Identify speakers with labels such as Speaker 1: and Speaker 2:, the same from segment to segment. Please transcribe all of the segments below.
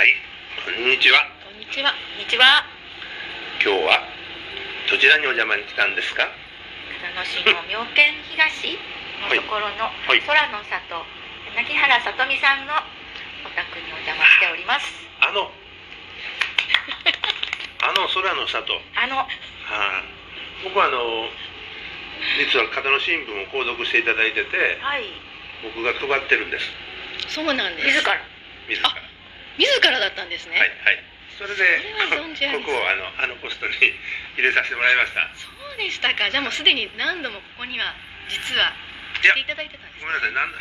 Speaker 1: こんにちは。
Speaker 2: こんにちは。こんにちは。
Speaker 1: 今日はどちらにお邪魔に来たんですか。
Speaker 2: 長野市の妙見東のところの
Speaker 1: はい
Speaker 2: 空の里、柳原さとみさんのお宅にお邪魔しております。
Speaker 1: あの。 あの空の里。は
Speaker 2: あの、
Speaker 1: あ、僕はあの。実は片野新聞を購読していただいてて、
Speaker 2: はい。
Speaker 1: 僕が配ってるんです。
Speaker 3: そうなんです。
Speaker 2: 自ら。
Speaker 1: 自ら。
Speaker 3: あ自らだったんですね。
Speaker 1: はい、はい。それで
Speaker 3: それは存じ上
Speaker 1: こ
Speaker 3: げ
Speaker 1: こをあのあのポストに入れさせてもらいました。
Speaker 3: そうでしたか。じゃあもうすでに何度もここには実はい
Speaker 1: や
Speaker 3: 来ていただいてたんです
Speaker 1: ご
Speaker 3: ね。
Speaker 1: めんなさい、なんだ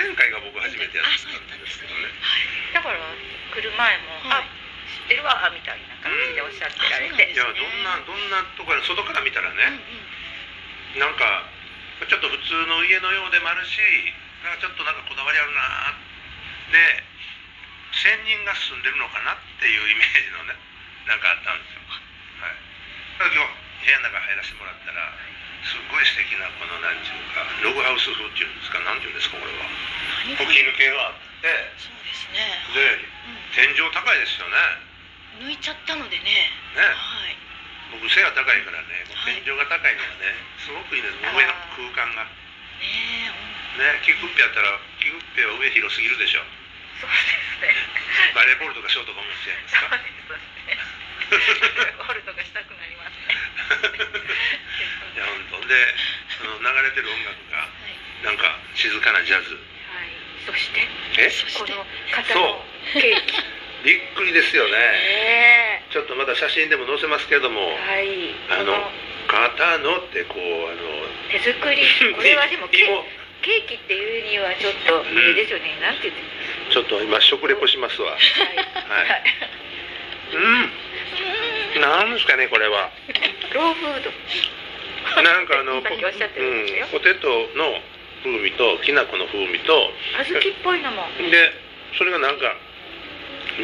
Speaker 1: 前回が僕初めてやったんですけどね。
Speaker 2: だから来る前も、
Speaker 3: はい
Speaker 2: あ、知ってるわみたいな感じでおっしゃってられ
Speaker 3: うんあそ
Speaker 2: て
Speaker 3: うなんで
Speaker 1: い
Speaker 3: す、
Speaker 1: やどんなどんなところ外から見たら
Speaker 3: うんうん
Speaker 1: ね、なんかちょっと普通の家のようでもあるしなんかちょっとなんかこだわりあるなーで1000人が住んでるのかなっていうイメージのねなんかあったんですよはいただ今日部屋の中入らせてもらったらすごい素敵なこのなんていうかログハウス風っていうんですかなんていうんですかこれは
Speaker 3: 何
Speaker 1: 吹
Speaker 3: か
Speaker 1: き抜けがあって
Speaker 3: そうですね。
Speaker 1: で天井高いですよね
Speaker 3: うん抜いちゃったのでね。
Speaker 1: ね
Speaker 3: はい。
Speaker 1: 僕背が高いからねもう
Speaker 3: はい
Speaker 1: 天井が高いのがねすごくいいんです上の空間が
Speaker 3: ねえ
Speaker 1: ねキクッペやったらキクッペは上広すぎるでし ょ
Speaker 2: そうですね。
Speaker 1: バレーボールとかショートかもしれないです
Speaker 2: そう
Speaker 1: か
Speaker 2: ですね。 ホールドがしたくなりますね。
Speaker 1: いや本当でその流れてる音楽が
Speaker 3: ほ
Speaker 1: なん
Speaker 3: んはい。
Speaker 1: か静かなジャズ
Speaker 2: はい。そして
Speaker 1: え
Speaker 3: そし
Speaker 2: こ
Speaker 3: て
Speaker 2: の方のケーキ。
Speaker 1: びっくりですよね
Speaker 2: ね
Speaker 1: ちょっとまだ写真でも載せますけども
Speaker 2: えはい。
Speaker 1: あの「片野」ってこうあ
Speaker 2: 手 作り
Speaker 1: の
Speaker 2: これはでもケ
Speaker 1: 芋
Speaker 2: ーケーキっていうにはちょっとあれですよね、なんて言って
Speaker 1: ちょっと今食レポしますわ
Speaker 2: はい、
Speaker 1: はいうんなんですかねこれは
Speaker 2: ローフード
Speaker 1: なんかあの、
Speaker 2: さっきおっしゃってるんですよ
Speaker 1: うんポテトの風味ときな粉の風味と
Speaker 2: 小豆っぽいのも
Speaker 1: でそれがなんか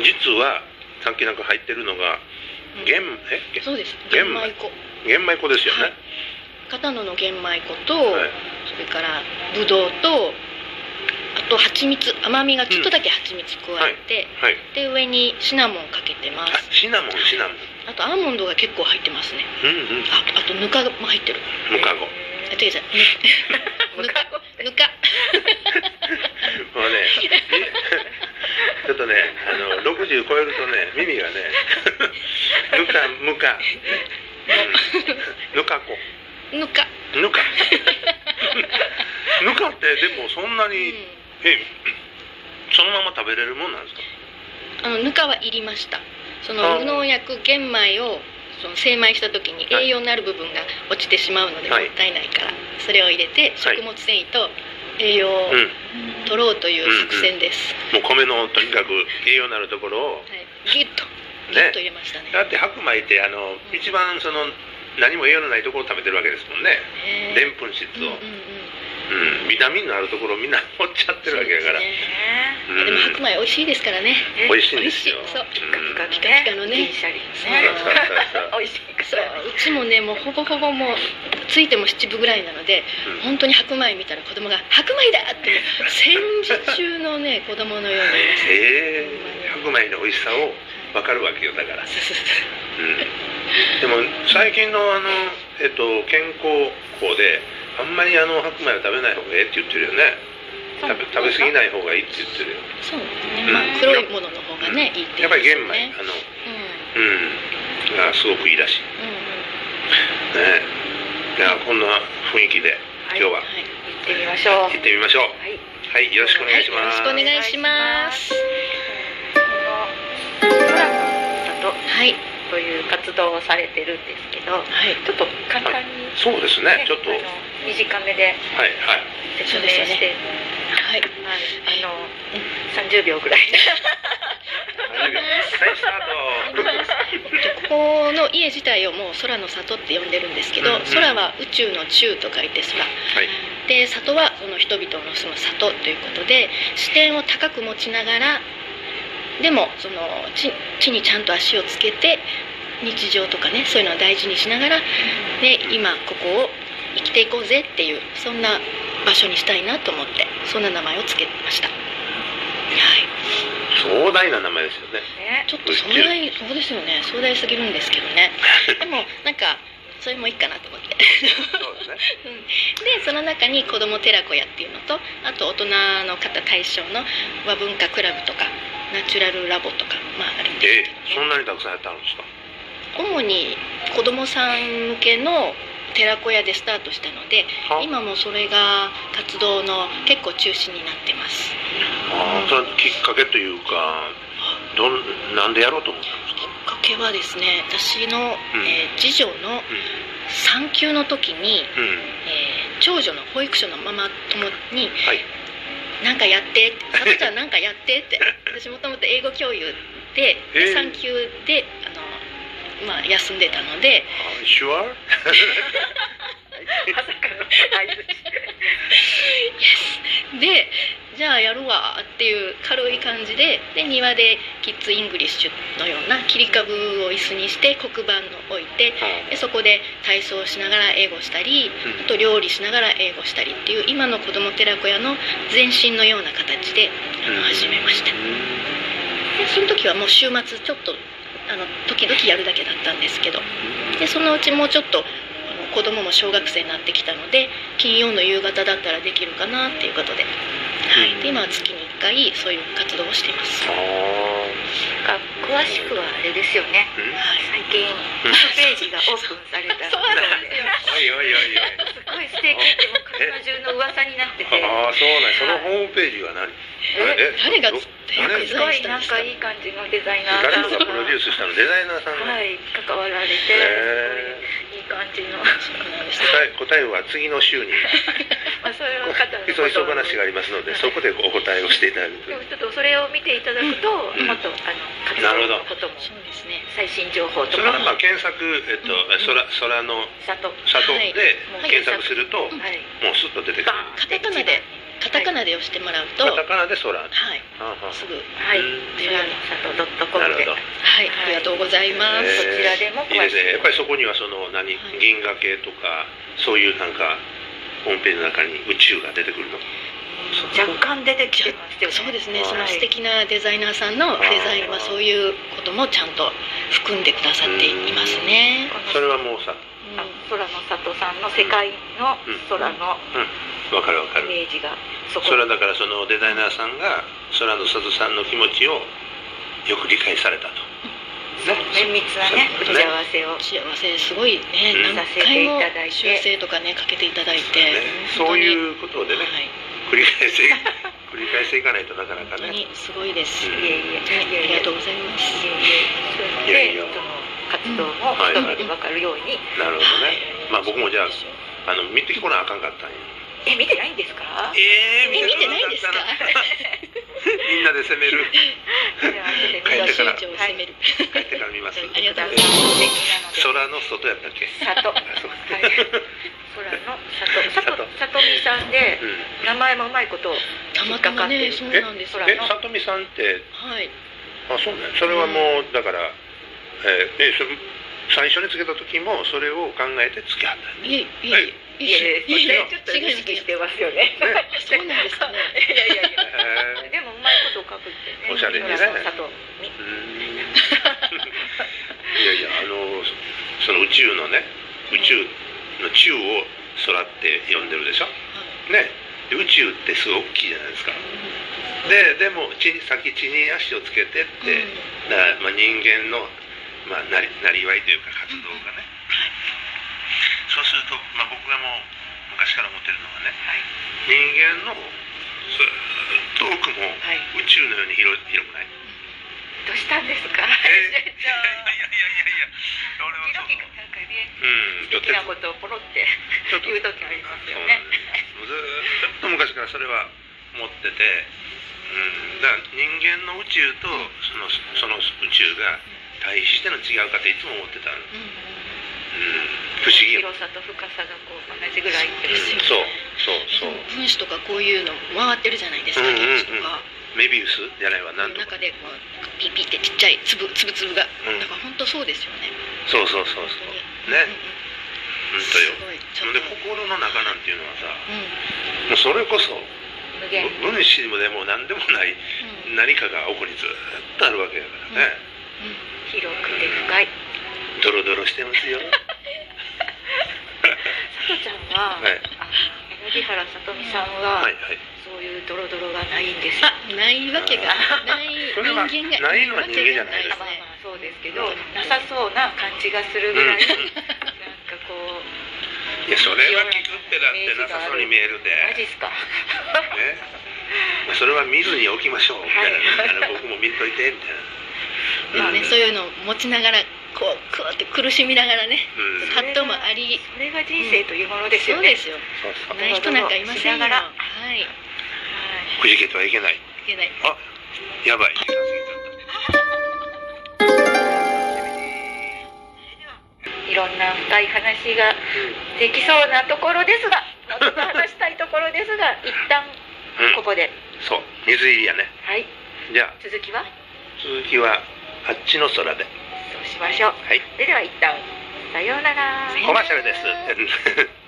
Speaker 1: 実はさっきなんか入ってるのが
Speaker 3: うん
Speaker 1: 玄えげ
Speaker 3: そうです。
Speaker 1: 玄
Speaker 3: 玄
Speaker 1: 米
Speaker 3: 米粉。
Speaker 1: 玄米粉ですよね、
Speaker 3: 片野の玄米粉と、
Speaker 1: はい
Speaker 3: それからぶどうとあと蜂蜜甘みがちょっとだけ蜂蜜加えて、
Speaker 1: はい
Speaker 3: で上にシナモンかけてま
Speaker 1: あ
Speaker 3: す
Speaker 1: シナモン
Speaker 3: はい
Speaker 1: シナモン
Speaker 3: あとアーモンドが結構入ってますね
Speaker 1: うんうん
Speaker 3: ああとぬかも入ってる
Speaker 1: むかご
Speaker 3: あていうか
Speaker 2: むかご
Speaker 3: ぬぬか
Speaker 1: もうねちょっとねあの60超えるとね耳がねぬかむか、うん、ぬかこ
Speaker 3: ぬか、
Speaker 1: ぬかぬかってでもそんな
Speaker 3: う
Speaker 1: に、
Speaker 3: ん、
Speaker 1: えそのまま食べれるもんなんですか
Speaker 3: あのぬかはいりましたそ
Speaker 1: あ
Speaker 3: の無農薬玄米をその精米した時に
Speaker 1: はい
Speaker 3: 栄養になる部分が落ちてしまうのでも
Speaker 1: はい
Speaker 3: ったいないから、それを入れて
Speaker 1: はい
Speaker 3: 食物繊維と栄養を
Speaker 1: うん
Speaker 3: 取ろうという作戦です、
Speaker 1: もう米のとにかく栄養のあるところを
Speaker 3: はい、ギュッとギュ
Speaker 1: ね
Speaker 3: ッと入れましたね
Speaker 1: だって白米ってあの
Speaker 3: ん
Speaker 1: 一番その何も栄養のないところを食べてるわけですもんね
Speaker 3: ね
Speaker 1: でんぷん質
Speaker 3: うんうん
Speaker 1: を
Speaker 3: うん、
Speaker 1: うんビタミンのあるところをみんな持っちゃってるわけだから、
Speaker 3: そうで
Speaker 2: ね
Speaker 3: すね
Speaker 1: うん、
Speaker 3: でも白米美味しいですからね
Speaker 2: 米
Speaker 1: 美味しいんですよ
Speaker 3: 美味しいそう
Speaker 1: うん
Speaker 2: カピ
Speaker 3: ピカピカのね
Speaker 2: 銀シャリ
Speaker 3: そう
Speaker 2: ね
Speaker 1: そうそうそう
Speaker 2: 美味しいか
Speaker 3: そう
Speaker 2: ら
Speaker 3: うちもねもうほぼほぼもうついても七分ぐらいなので
Speaker 1: うん
Speaker 3: 本当に白米見たら子供が「白米だ!」って戦時中の ね子供のように言います
Speaker 1: へえ白米の美味しさを分かるわけよだから、うん、でも最近のあの、えっと、健康法であんまりあの白米は食べない方がええって言ってるよね食べ食べ過ぎな
Speaker 2: い
Speaker 1: い方がいいって言ってるよ
Speaker 3: そうです
Speaker 1: う
Speaker 3: ね、
Speaker 1: ん
Speaker 3: まあ、黒いものの方がね、いいって
Speaker 1: やっぱり
Speaker 3: 言
Speaker 1: 玄
Speaker 3: います
Speaker 1: 米あのうんが
Speaker 3: ね
Speaker 1: すごくいいらしいねじ
Speaker 3: うんうんうん
Speaker 1: ゃあこんな雰囲気で今日は
Speaker 3: はい
Speaker 2: 行ってみましょう
Speaker 1: 行ってみましょう
Speaker 2: はい
Speaker 1: はいよろしくお願いし
Speaker 3: は
Speaker 1: ま
Speaker 3: い、よろ
Speaker 1: す
Speaker 2: この空
Speaker 3: しくお願いします
Speaker 2: の里
Speaker 3: はい
Speaker 2: という活動をされてるんですけど
Speaker 3: はい
Speaker 2: ちょっと簡単に、
Speaker 1: そうですねちょっとは
Speaker 2: あ
Speaker 1: い
Speaker 2: の短めで
Speaker 1: はい
Speaker 2: 説明して、
Speaker 3: そうですよはい
Speaker 2: はい、あの30秒ぐらいで
Speaker 1: はいスタート
Speaker 3: この家自体をもう空の里って呼んでるんですけど、
Speaker 1: うんうん
Speaker 3: 空は宇宙の宙と書いて空
Speaker 1: はい
Speaker 3: で里はその人々の住む里ということで視点を高く持ちながらでもその地地にちゃんと足をつけて日常とかねそういうのを大事にしながらで今ここを生きていこうぜっていうそんな場所にしたいなと思ってそんな名前をつけましたはい
Speaker 1: 壮大な名前ですよね
Speaker 2: ね
Speaker 3: ちょっと壮大そうですよね壮大すぎるんですけどねでもなんかそれもいいかなと思って
Speaker 1: そうですね
Speaker 3: でその中に子ども寺子屋っていうのとあと大人の方対象の和文化クラブとかナチュラルラボとか、まあ、あるん
Speaker 1: え
Speaker 3: ですけ
Speaker 1: そ
Speaker 3: ど、
Speaker 1: ん
Speaker 3: ね、
Speaker 1: なにたくさんやってあるんですか
Speaker 3: 主に子どもさん向けの寺子屋でスタートしたので
Speaker 1: は
Speaker 3: 今もそれが活動の結構中心になってます
Speaker 1: あーそれはきっかけというかどんなんでやろうと思ったんですか
Speaker 3: きっかけはですね私の、えー次女の産休の時に、
Speaker 1: うん、うん、
Speaker 3: えー長女の保育所のママともに
Speaker 1: はい
Speaker 3: 「なんかやって」「さとちゃんなんかやっ て」って私もともと英語教諭で
Speaker 1: えー
Speaker 3: で産休であの、まあ、休んでたので
Speaker 1: Are you sure?
Speaker 2: まさかの合図
Speaker 3: でじゃあやるわっていう軽い感じでで庭でキッズイングリッシュのような切り株を椅子にして黒板を置いてでそこで体操をしながら英語したり
Speaker 1: うん
Speaker 3: あと料理しながら英語したりっていう今の子ども寺子屋の前身のような形であの始めました
Speaker 1: う
Speaker 3: で
Speaker 1: ん
Speaker 3: その時はもう週末ちょっとあの時々やるだけだったんですけどでそのうちもうちょっとあの子供も小学生になってきたので金曜の夕方だったらできるかなっていうことで,、は
Speaker 1: うん
Speaker 3: い、で今は月に1回そういう活動をしています
Speaker 1: あ
Speaker 2: か詳しくはあれですよね
Speaker 1: ーうん
Speaker 2: 最近ホームページがオープンされ た
Speaker 3: そう
Speaker 2: の
Speaker 3: なんです
Speaker 2: で
Speaker 3: よ
Speaker 1: おいおいおいおい
Speaker 2: すごい素敵ってもう体中の噂になってて
Speaker 1: ああそうなんやそのホームページは何
Speaker 2: え
Speaker 1: え
Speaker 3: 誰が
Speaker 1: ど
Speaker 3: デ
Speaker 1: 誰
Speaker 3: ザ
Speaker 2: すごい
Speaker 3: インした
Speaker 2: な
Speaker 3: ん
Speaker 2: ん
Speaker 3: ですか
Speaker 2: かいい感じのデザイナー
Speaker 1: 誰
Speaker 2: さん
Speaker 1: もがプロデュースしたのデザイナーさんの、
Speaker 2: はい関わられて
Speaker 1: へ
Speaker 2: いい感じの
Speaker 3: そうなんです
Speaker 1: 答え答えは次の週に
Speaker 2: まあそういう方の
Speaker 1: 急いそ話がありますのでそこでお答えをしていただくと
Speaker 2: でもちょっとそれを見ていただくと、
Speaker 1: うん
Speaker 2: もっとあの活
Speaker 1: なる
Speaker 2: 動
Speaker 1: ほど
Speaker 2: のことも
Speaker 3: そうですね
Speaker 2: 最新情報と
Speaker 1: それは
Speaker 2: か
Speaker 1: まあ検索、えっと
Speaker 3: うん
Speaker 1: 空空の
Speaker 2: 里は
Speaker 1: 里
Speaker 3: はい
Speaker 1: で
Speaker 2: はい
Speaker 1: 検索すると、
Speaker 3: うん
Speaker 2: い
Speaker 1: もうスッと出てくる
Speaker 2: バーン
Speaker 3: カタカナでカタカナで押してもらうと、
Speaker 1: カ
Speaker 3: は、
Speaker 1: タカナで空、はいあはあ
Speaker 3: すぐ
Speaker 2: はい
Speaker 1: うん
Speaker 2: 空の里 .com
Speaker 1: なる
Speaker 2: で
Speaker 1: ほど、
Speaker 3: はい、ありがとうございます。
Speaker 2: そちらでも
Speaker 1: いい
Speaker 2: 詳
Speaker 1: で
Speaker 2: し
Speaker 1: す
Speaker 2: く
Speaker 1: ねやっぱりそこにはその何
Speaker 3: はい
Speaker 1: 銀河系とかそういうなんかホームページの中に宇宙が出てくるの
Speaker 2: 若干出てきてますよね
Speaker 3: そうですね、
Speaker 1: はい
Speaker 3: その素敵なデザイナーさんのデザインはそういうこともちゃんと含んでくださっていますね。
Speaker 2: こ
Speaker 1: そ
Speaker 2: の
Speaker 1: れはもうさ
Speaker 2: あ空の里さんの世界の空の
Speaker 1: わかるわか
Speaker 2: イ
Speaker 1: る
Speaker 2: メージがそこ
Speaker 1: それはだからそのデザイナーさんが空の里さんの気持ちをよく理解されたと
Speaker 2: そう綿密なね打
Speaker 1: そう
Speaker 2: ち
Speaker 1: ですね
Speaker 2: 合わせを
Speaker 3: 幸せすごいね、
Speaker 1: うん
Speaker 3: 何回も修正とかねかけていただいて、
Speaker 1: ねそう
Speaker 3: う
Speaker 1: いうことでね
Speaker 3: はい、
Speaker 1: 繰り返 して繰り返していかないとなかなか
Speaker 3: 本当
Speaker 1: ね
Speaker 3: にすごいです。
Speaker 1: うん
Speaker 3: はい
Speaker 2: いえいえ
Speaker 3: あ
Speaker 2: いえいえ
Speaker 3: りがとうございま
Speaker 2: いえいえそれ
Speaker 3: す。
Speaker 1: いやいや
Speaker 2: でその活動も
Speaker 1: はい
Speaker 2: 一目で分かるように、
Speaker 1: なるほど
Speaker 3: はい
Speaker 1: ね、まあ僕もじゃああの見てこなあかんかったんや
Speaker 2: え見てないんですか
Speaker 1: え
Speaker 3: え見てないんですか？
Speaker 1: みんなで攻める
Speaker 2: じゃあ後で見
Speaker 1: 帰
Speaker 2: よ
Speaker 1: っ
Speaker 2: う
Speaker 1: て
Speaker 3: 新
Speaker 1: か
Speaker 3: 庄
Speaker 1: ら
Speaker 3: を責める。
Speaker 1: 帰ってから見ます
Speaker 3: ありがとうございます。
Speaker 2: 空
Speaker 1: 空の外やったっけ
Speaker 2: の里、はい、
Speaker 1: あそう
Speaker 2: 空の里、里
Speaker 1: 里、
Speaker 2: 里美さんで
Speaker 1: うん
Speaker 2: 名前もうまいこと、
Speaker 3: たまたまね、そうなんです。
Speaker 2: 空
Speaker 3: は
Speaker 1: え
Speaker 3: い。
Speaker 1: さとみさんってあそうねそれはもうだから、えーえそれ最初につけた時もそれを考えてつけはったんやね
Speaker 3: いえいえいえ
Speaker 2: い
Speaker 3: い
Speaker 2: えいえ
Speaker 3: えいえ
Speaker 2: ちょっと意識してますよね。
Speaker 3: そうなんですかね。
Speaker 2: いやいやいや。
Speaker 1: へー
Speaker 2: でもうまいこと書くってね。
Speaker 1: おしゃれにね
Speaker 2: 空の里
Speaker 1: う
Speaker 2: 美
Speaker 1: ーんいや いやあのそその宇宙のね宇宙の宙を空って呼んでるでしょねで宇宙ってすごい大きいじゃないですかででも地先地に足をつけてって、だからまあ、人間の、まあ、なりなりわいというか活動がね、そうすると、まあ、僕がもう昔から思ってるのはね、人間のずーっと奥も
Speaker 2: はい。
Speaker 1: 宇宙のように広広くない、
Speaker 2: どうしたんですか。
Speaker 1: え
Speaker 2: じゃあ
Speaker 1: いやいやいや俺
Speaker 2: 時
Speaker 1: はそう
Speaker 2: 々なんかね。
Speaker 1: うん
Speaker 2: 好きなことをポロって
Speaker 1: ちょっと
Speaker 2: 言う時ありますよね。
Speaker 1: そうなんですずーっと昔からそれは持ってて、うん、だから人間の宇宙とそのその宇宙が対しての違うかっていつも思ってた、うん、不思議よ、うん、
Speaker 2: 広さと深さがこう同じぐらいって
Speaker 3: ですよね
Speaker 1: そうそうそう
Speaker 3: 分子とかこういうの回ってるじゃないですか。とか
Speaker 1: メビウスじゃないわなんとか
Speaker 3: 中でこうピピってちっちゃい粒粒粒が。
Speaker 1: うん
Speaker 3: なんか本当そうですよね。
Speaker 1: そうそうそうそうね本当よ
Speaker 3: すごいち
Speaker 1: ほ
Speaker 3: ょ
Speaker 1: ん
Speaker 3: っ
Speaker 1: で
Speaker 3: と。
Speaker 1: 心の中なんていうのはさもうそれこそ
Speaker 2: 無限。
Speaker 1: ぶ分子でもでも何でもない何かがこにずーっとあるわけだからね、
Speaker 2: 広くて深い
Speaker 1: ドロドロしてますよ。
Speaker 2: さとちゃんは、
Speaker 1: はい
Speaker 2: あ柳原さとみさん
Speaker 1: は
Speaker 2: は、
Speaker 1: いはい。
Speaker 2: そういうドロドロがないんですよ
Speaker 3: あないわけがない
Speaker 1: それは
Speaker 3: 人間
Speaker 1: な
Speaker 3: が
Speaker 1: いのは人間じゃないです
Speaker 2: まあ
Speaker 3: ね
Speaker 2: まあそうですけど、なさそうな感じがするぐらい、
Speaker 1: うん
Speaker 2: なんかこう
Speaker 1: いや、それは聞くってだってなさそうに見えるで。
Speaker 2: マジっすか
Speaker 1: ね、それは見ずに置きましょうみたいな、あの僕も見といてみたいな。
Speaker 3: まあね、そう
Speaker 1: いう。
Speaker 3: いうのを持ちながらこうクーって苦しみながらね
Speaker 1: うん、
Speaker 3: 葛藤もあり
Speaker 2: それが人生というものです
Speaker 3: そ
Speaker 2: よ
Speaker 3: うで
Speaker 2: ね、
Speaker 3: すよ
Speaker 1: そうそう。
Speaker 3: ない人なんかいませんよ
Speaker 2: しながら
Speaker 3: はいい
Speaker 2: はい
Speaker 1: くじけてはいけない。
Speaker 3: けない
Speaker 1: あ、やばい。
Speaker 2: いろんな深い話ができそうなところですが、もっと話したいところですが、一旦
Speaker 1: うん
Speaker 2: ここで、
Speaker 1: そう、水入りやね。
Speaker 2: はい、
Speaker 1: じゃあ、
Speaker 2: 続きは
Speaker 1: 続きはあっちの空で。
Speaker 2: そうしましょう。
Speaker 1: はい。
Speaker 2: それでは一旦、さようなら。
Speaker 1: コマーシャルです。